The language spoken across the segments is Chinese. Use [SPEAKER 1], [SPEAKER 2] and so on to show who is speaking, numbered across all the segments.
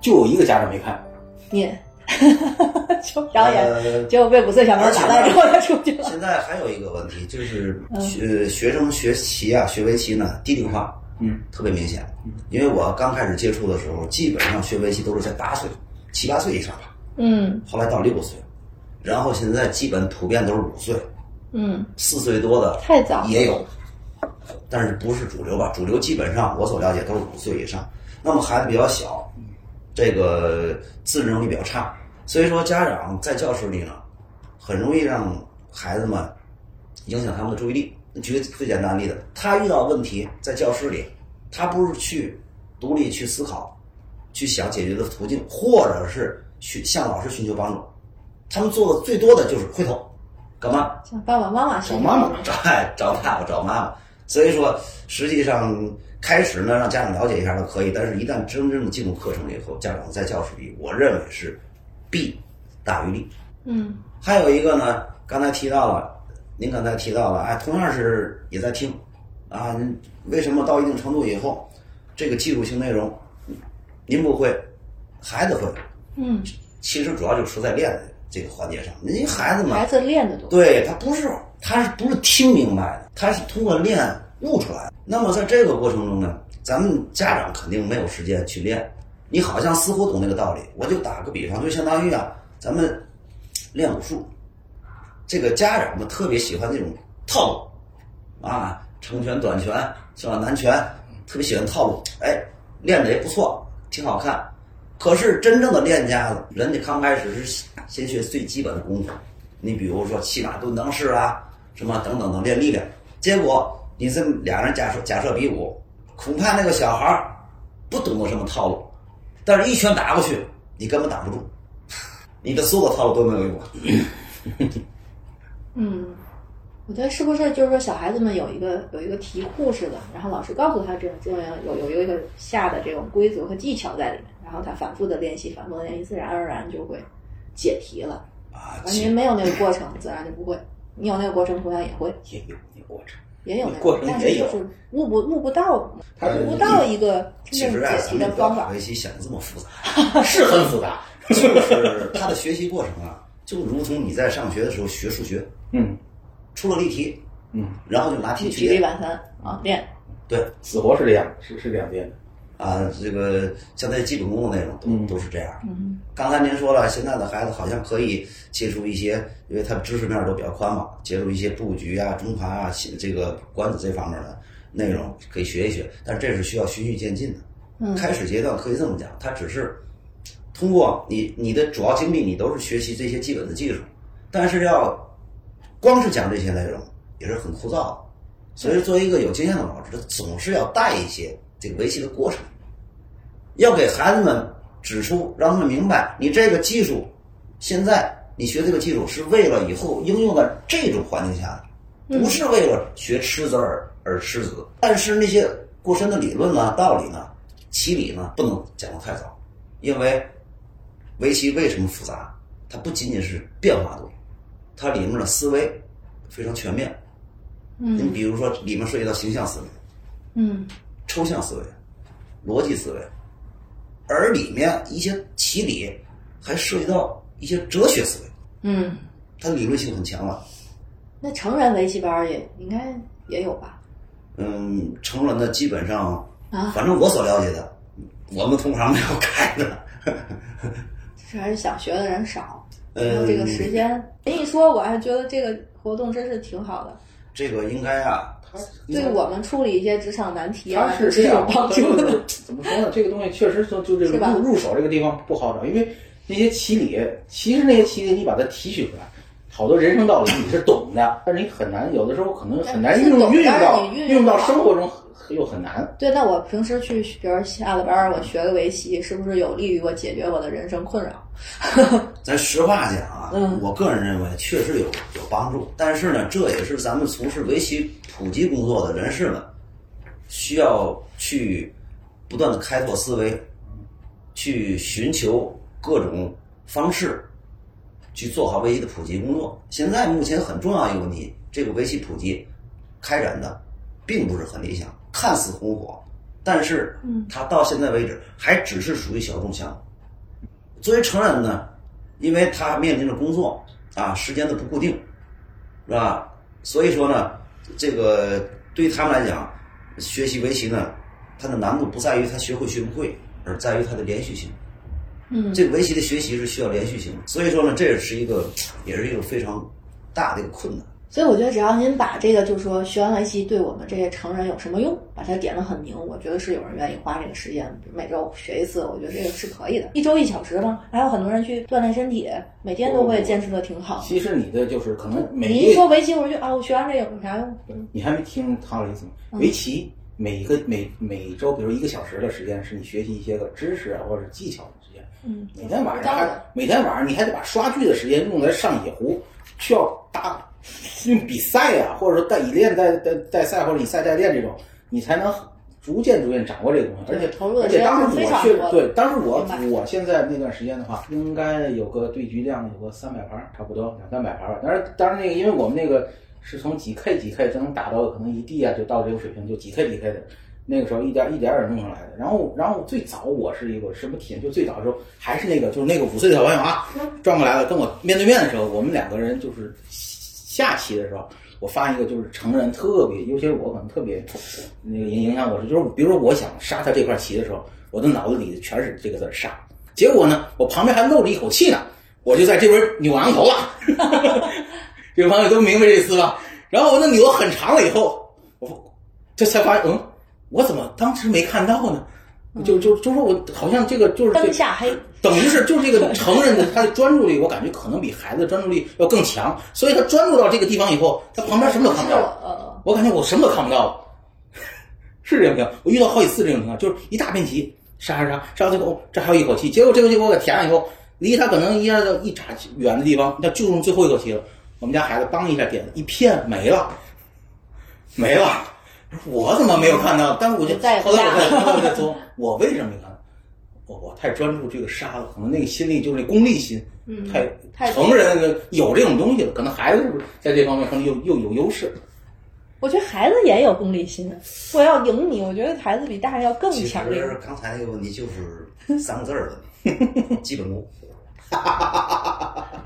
[SPEAKER 1] 就有一个家长没看，
[SPEAKER 2] 你 就表演，
[SPEAKER 3] 呃，
[SPEAKER 2] 结果被五岁小孩打败之后，他出去了。
[SPEAKER 3] 现在还有一个问题就是，
[SPEAKER 2] 嗯
[SPEAKER 3] 学呃学生学棋啊，学围棋呢，低龄化
[SPEAKER 1] 嗯，
[SPEAKER 3] 特别明显
[SPEAKER 1] 嗯。
[SPEAKER 3] 因为我刚开始接触的时候，基本上学围棋都是在八岁、七八岁以上吧，
[SPEAKER 2] 嗯
[SPEAKER 3] 后来到六岁，然后现在基本普遍都是五岁、
[SPEAKER 2] 嗯，
[SPEAKER 3] 四岁多的
[SPEAKER 2] 太早了
[SPEAKER 3] 也有，但是不是主流吧？主流基本上我所了解都是五岁以上。那么孩子比较小，这个自制能力比较差，所以说家长在教室里呢，很容易让孩子们影响他们的注意力。举个最简单的例子，他遇到问题在教室里，他不是去独立去思考，去想解决的途径，或者是去向老师寻求帮助。他们做的最多的就是回头，干嘛？
[SPEAKER 2] 像爸爸妈妈是
[SPEAKER 1] 找妈妈，
[SPEAKER 3] 找 哎找爸爸找妈妈。所以说，实际上开始呢，让家长了解一下都可以，但是一旦真正进入课程以后，家长在教室里，我认为是弊大于利。
[SPEAKER 2] 嗯
[SPEAKER 3] 还有一个呢，刚才提到了，您刚才提到了，哎，同样是也在听，啊，为什么到一定程度以后，这个技术性内容您不会，孩子会，
[SPEAKER 2] 嗯，
[SPEAKER 3] 其实主要就是在练这个环节上，您孩子嘛，
[SPEAKER 2] 孩子练的多。
[SPEAKER 3] 对他不是，他是不是听明白的？他是通过练悟出来的。那么在这个过程中呢，咱们家长肯定没有时间去练。你好像似乎懂那个道理，我就打个比方，就相当于啊，咱们练武术，这个家长们特别喜欢那种套路，啊，长拳、短拳是吧？南拳特别喜欢套路，哎，练的也不错，挺好看。可是真正的练家子，人家刚开始是先学最基本的功夫，你比如说骑马蹲裆式啊，什么等等等练力量。结果你这俩人假设假设比武，恐怕那个小孩儿不懂得什么套路，但是一拳打过去，你根本挡不住， 你的所有的套路都没有用。啊
[SPEAKER 2] 嗯，我觉得是不是就是说小孩子们有一个有一个题库似的，然后老师告诉他这种这样有有一个下的这种规则和技巧在里面，然后他反复的练习，反复的练习，自然而然就会解题了。
[SPEAKER 3] 啊，
[SPEAKER 2] 完
[SPEAKER 3] 其
[SPEAKER 2] 全
[SPEAKER 3] 实
[SPEAKER 2] 没有那个过程，自然就不会。你有那个过程，同样也会，
[SPEAKER 1] 也有那过程。
[SPEAKER 2] 也有那个
[SPEAKER 1] 过程
[SPEAKER 2] 但
[SPEAKER 1] 也
[SPEAKER 2] 是
[SPEAKER 1] 有
[SPEAKER 2] 就是悟不悟不到，
[SPEAKER 1] 他是
[SPEAKER 2] 悟不到一个
[SPEAKER 3] 其
[SPEAKER 2] 真
[SPEAKER 3] 实
[SPEAKER 2] 正
[SPEAKER 3] 啊
[SPEAKER 2] 解，
[SPEAKER 3] 咱
[SPEAKER 2] 题
[SPEAKER 3] 们
[SPEAKER 2] 的
[SPEAKER 3] 也不要
[SPEAKER 2] 方
[SPEAKER 3] 把
[SPEAKER 2] 法
[SPEAKER 3] 围。棋想的这么复杂，
[SPEAKER 1] 是很复杂。
[SPEAKER 3] 就是他的学习过程啊，就如同你在上学的时候学数学，
[SPEAKER 1] 嗯
[SPEAKER 3] 出了例题，
[SPEAKER 1] 嗯，
[SPEAKER 3] 然后就拿题去
[SPEAKER 2] 举一
[SPEAKER 3] 解。
[SPEAKER 2] 反三啊，练
[SPEAKER 3] 对，
[SPEAKER 1] 死活是这样，是是这样变的。
[SPEAKER 3] 啊，这个相对基本功的内容都、
[SPEAKER 1] 嗯
[SPEAKER 3] 都是这样。刚才您说了，现在的孩子好像可以接触一些，因为他知识面儿都比较宽嘛，接触一些布局啊、中盘啊、写这个管子这方面的内容可以学一学，但这是需要循序渐进的。
[SPEAKER 2] 嗯
[SPEAKER 3] 开始阶段可以这么讲，他只是通过你你的主要精力，你都是学习这些基本的技术，但是要光是讲这些内容也是很枯燥的。所以，作为一个有经验的老师，他总是要带一些这个围棋的过程，要给孩子们指出，让他们明白，你这个技术，现在你学这个技术是为了以后应用在这种环境下的，不是为了学吃子而而吃子。但是那些过深的理论呢、道理呢、棋理呢，不能讲得太早，因为围棋为什么复杂？它不仅仅是变化多，它里面的思维非常全面。你
[SPEAKER 2] 嗯
[SPEAKER 3] 比如说，里面涉及到形象思维、
[SPEAKER 2] 嗯
[SPEAKER 3] 抽象思维、逻辑思维，而里面一些棋理还涉及到一些哲学思维，
[SPEAKER 2] 嗯，
[SPEAKER 3] 它理论性很强了。
[SPEAKER 2] 那成人围棋班儿也应该也有吧？
[SPEAKER 3] 嗯，成人的基本上，
[SPEAKER 2] 啊，
[SPEAKER 3] 反正我所了解的，我们同行没有开的。
[SPEAKER 2] 就是还是想学的人少，没有
[SPEAKER 3] 呃，
[SPEAKER 2] 这个时间。您一说，我还觉得这个活动真是挺好的，
[SPEAKER 3] 这个应该啊，
[SPEAKER 2] 对我们处理一些职场难题啊
[SPEAKER 1] 它嗯是
[SPEAKER 2] 是
[SPEAKER 1] 这
[SPEAKER 2] 有
[SPEAKER 1] 样，
[SPEAKER 2] 帮
[SPEAKER 1] 就
[SPEAKER 2] 助的。
[SPEAKER 1] 是怎么说呢？这个东西确实就就这
[SPEAKER 2] 是
[SPEAKER 1] 个
[SPEAKER 2] 吧
[SPEAKER 1] 入入手这个地方不好找，因为那些棋理，其实那些棋理你把它提取出来，好多人生道理你是懂的，但是你很难，有的时候可能很难
[SPEAKER 2] 但是
[SPEAKER 1] 运用
[SPEAKER 2] 懂
[SPEAKER 1] 运用
[SPEAKER 2] 但是
[SPEAKER 1] 到
[SPEAKER 2] 你运用
[SPEAKER 1] 运用到
[SPEAKER 2] 不好
[SPEAKER 1] 生活中很又很难。
[SPEAKER 2] 对，那我平时去，比如下了班儿，我学个围棋，是不是有利于我解决我的人生困扰？
[SPEAKER 3] 咱实话讲啊，
[SPEAKER 2] 嗯
[SPEAKER 3] 我个人认为确实有有帮助，但是呢，这也是咱们从事围棋普及工作的人士们需要去不断的开拓思维，去寻求各种方式去做好围棋的普及工作。现在目前很重要一个问题，这个围棋普及开展的并不是很理想，看似红火，但是
[SPEAKER 2] 嗯
[SPEAKER 3] 它到现在为止还只是属于小众项目。作为成人呢，因为他面临着工作啊，时间的不固定，是吧？所以说呢，这个对于他们来讲，学习围棋呢，它的难度不在于他学会学不会，而在于它的连续性。
[SPEAKER 2] 嗯，
[SPEAKER 3] 这个围棋的学习是需要连续性的，所以说呢，这也是一个，也是一个非常大的一个困难。
[SPEAKER 2] 所以我觉得只要您把这个，就是说学完围棋对我们这些成人有什么用，把它点得很明，我觉得是有人愿意花这个时间，比如每周学一次，我觉得这个是可以的，一周一小时嘛。还有很多人去锻炼身体，每天都会坚持的挺好。
[SPEAKER 1] 其实你的就是可能每
[SPEAKER 2] 你一
[SPEAKER 1] 一
[SPEAKER 2] 说
[SPEAKER 1] 个，
[SPEAKER 2] 围棋，我就啊，我学完这有啥用？嗯
[SPEAKER 1] 你还没听他的意思吗？围棋每一个每每周，比如一个小时的时间，是你学习一些个知识啊或者技巧的时间。
[SPEAKER 2] 嗯，
[SPEAKER 1] 每天晚上
[SPEAKER 2] 当
[SPEAKER 1] 还
[SPEAKER 2] 然，
[SPEAKER 1] 每天晚上你还得把刷剧的时间用来上野狐，需要打用比赛呀、或者说带以练带带带赛或者以赛代练这种，你才能逐渐逐渐掌握这个东西。而且
[SPEAKER 2] 对投入的
[SPEAKER 1] 而
[SPEAKER 2] 时
[SPEAKER 1] 且
[SPEAKER 2] 间
[SPEAKER 1] 当
[SPEAKER 2] 是
[SPEAKER 1] 时
[SPEAKER 2] 非
[SPEAKER 1] 我
[SPEAKER 2] 常
[SPEAKER 1] 确
[SPEAKER 2] 多的
[SPEAKER 1] 对，当时我
[SPEAKER 2] 明白
[SPEAKER 1] 我现在那段时间的话，应该有个对局量有个三百盘儿，差不多两三百盘儿吧。但是当然那个，因为我们那个是从几 K 几 K 能打到可能一 D 啊，就到这个水平，就几 K 几 K 的。那个时候一点一点点弄上来的。然后，然后最早我是一个什么体验？就最早的时候还是那个，就是那个五岁的小朋友啊，转过来了，跟我面对面的时候，我们两个人就是下棋的时候，我发一个就是成人特别，尤其是我可能特别那个影影响我是，就是比如说我想杀他这块棋的时候，我的脑子里全是这个字儿杀。结果呢，我旁边还漏了一口气呢，我就在这边扭羊头了。 这朋友都明白这思吧？然后我那扭得很长了以后，我这才发现，嗯，我怎么当时没看到呢？就就就说我好像这个就是这
[SPEAKER 2] 灯下黑，
[SPEAKER 1] 等于是就是这个成人的他的专注力，我感觉可能比孩子的专注力要更强，所以他专注到这个地方以后，他旁边什么都看不
[SPEAKER 2] 是
[SPEAKER 1] 到。
[SPEAKER 2] 了，呃，
[SPEAKER 1] 我感觉我什么都看不到， 是这种情况。我遇到好几次这种情况，就是一大片棋，杀杀杀，杀到最后、哦这还有一口气，结果这口气我给填了以后，离他可能一下就一拃远的地方，那就剩最后一口气了。我们家孩子梆一下点了一片没了，没了。我怎么没有看到？但是我就
[SPEAKER 2] 再也不
[SPEAKER 1] 后来
[SPEAKER 2] 下
[SPEAKER 1] 我
[SPEAKER 2] 了
[SPEAKER 1] 在后来我在琢磨，我为什么没看到？我我太专注这个杀了，可能那个心力就是那功利心，
[SPEAKER 2] 嗯
[SPEAKER 1] 太
[SPEAKER 2] 太
[SPEAKER 1] 成人的有这种东西了，可能孩子是不是在这方面可能又又有优势。
[SPEAKER 2] 我觉得孩子也有功利心，我要赢你，我觉得孩子比大人要更
[SPEAKER 3] 其
[SPEAKER 2] 强烈。
[SPEAKER 3] 实刚才那个问题就是三个字儿的基本功。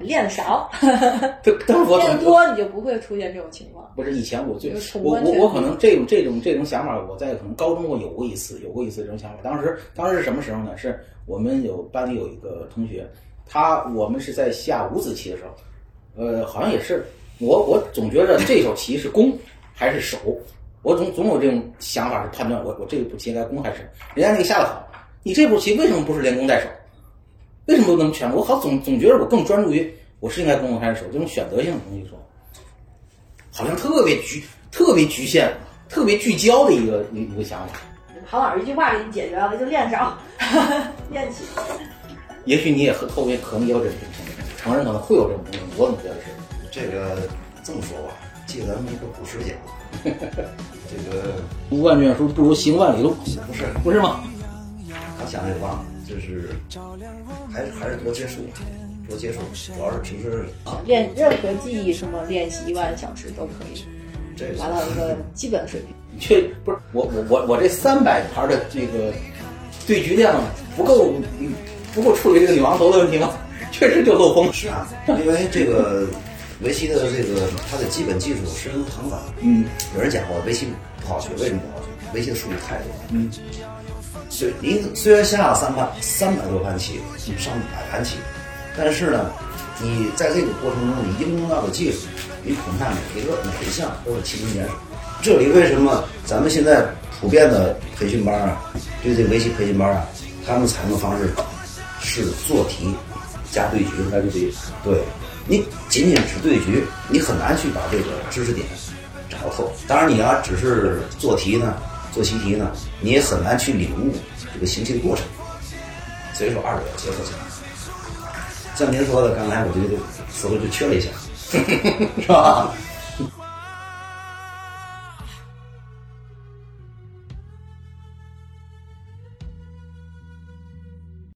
[SPEAKER 2] 练得少，
[SPEAKER 1] 这当时我
[SPEAKER 2] 练得多你就不会出现这种情况。
[SPEAKER 1] 不是以前我最
[SPEAKER 2] 有重
[SPEAKER 1] 我
[SPEAKER 2] 观
[SPEAKER 1] 我
[SPEAKER 2] 权
[SPEAKER 1] 我可能这种这种这种想法，我在可能高中我有过一次，有过一次这种想法。当时当时是什么时候呢？是我们有班里有一个同学，他我们是在下五子棋的时候，呃，好像也是我我总觉着这手棋是攻还是守，我总总有这种想法是判断我我这步棋应该攻还是守。人家那个下的好，你这步棋为什么不是连攻带守？为什么不能全？我好总总觉得我更专注于我是应该攻还是守这种选择性的东西说。好像特别局、特别局限、特别聚焦的一个一个一个想法。
[SPEAKER 2] 庞老师一句话给你解决了，就练少， 练起。
[SPEAKER 1] 也许你也和后面可能也有这种东西，成人可能会有这种东西，我总觉得是。
[SPEAKER 3] 这个这么说吧，借咱们一个古诗讲， 这个
[SPEAKER 1] 读万卷书不如行万里路，
[SPEAKER 3] 不是
[SPEAKER 1] 不是吗？
[SPEAKER 3] 刚想也忘了，就是还是还是多接触，多接触，主要是平时啊，
[SPEAKER 2] 练任何技艺，什么练习一万小时都可以，
[SPEAKER 3] 这个
[SPEAKER 2] 达到一个基本水平。
[SPEAKER 1] 你确不是我我我我这三百盘的这个对局量不够，嗯不够处理这个女王头的问题吗？确实就漏风。
[SPEAKER 3] 是啊，因为这个围棋的这个它的基本技术是一个庞杂。
[SPEAKER 1] 嗯，
[SPEAKER 3] 有人讲过围棋不好学，为什么不好学？围棋的数据太多。
[SPEAKER 1] 嗯，
[SPEAKER 3] 虽你虽然下了三百三百多盘棋，上百盘棋，但是呢，你在这个过程中你应用到的技术，你恐怕每一个每一项都是勤勤俭守。这里为什么咱们现在普遍的培训班啊，对这围棋培训班啊，他们采用的方式是做题加对局，
[SPEAKER 1] 那就得
[SPEAKER 3] 对，你仅仅只对局，你很难去把这个知识点掌握透。当然，你要只是做题呢，做习题呢，你也很难去领悟这个形棋的过程。所以说，二者要结合起来。像您说的，刚才我觉得词汇就缺了一下，是吧？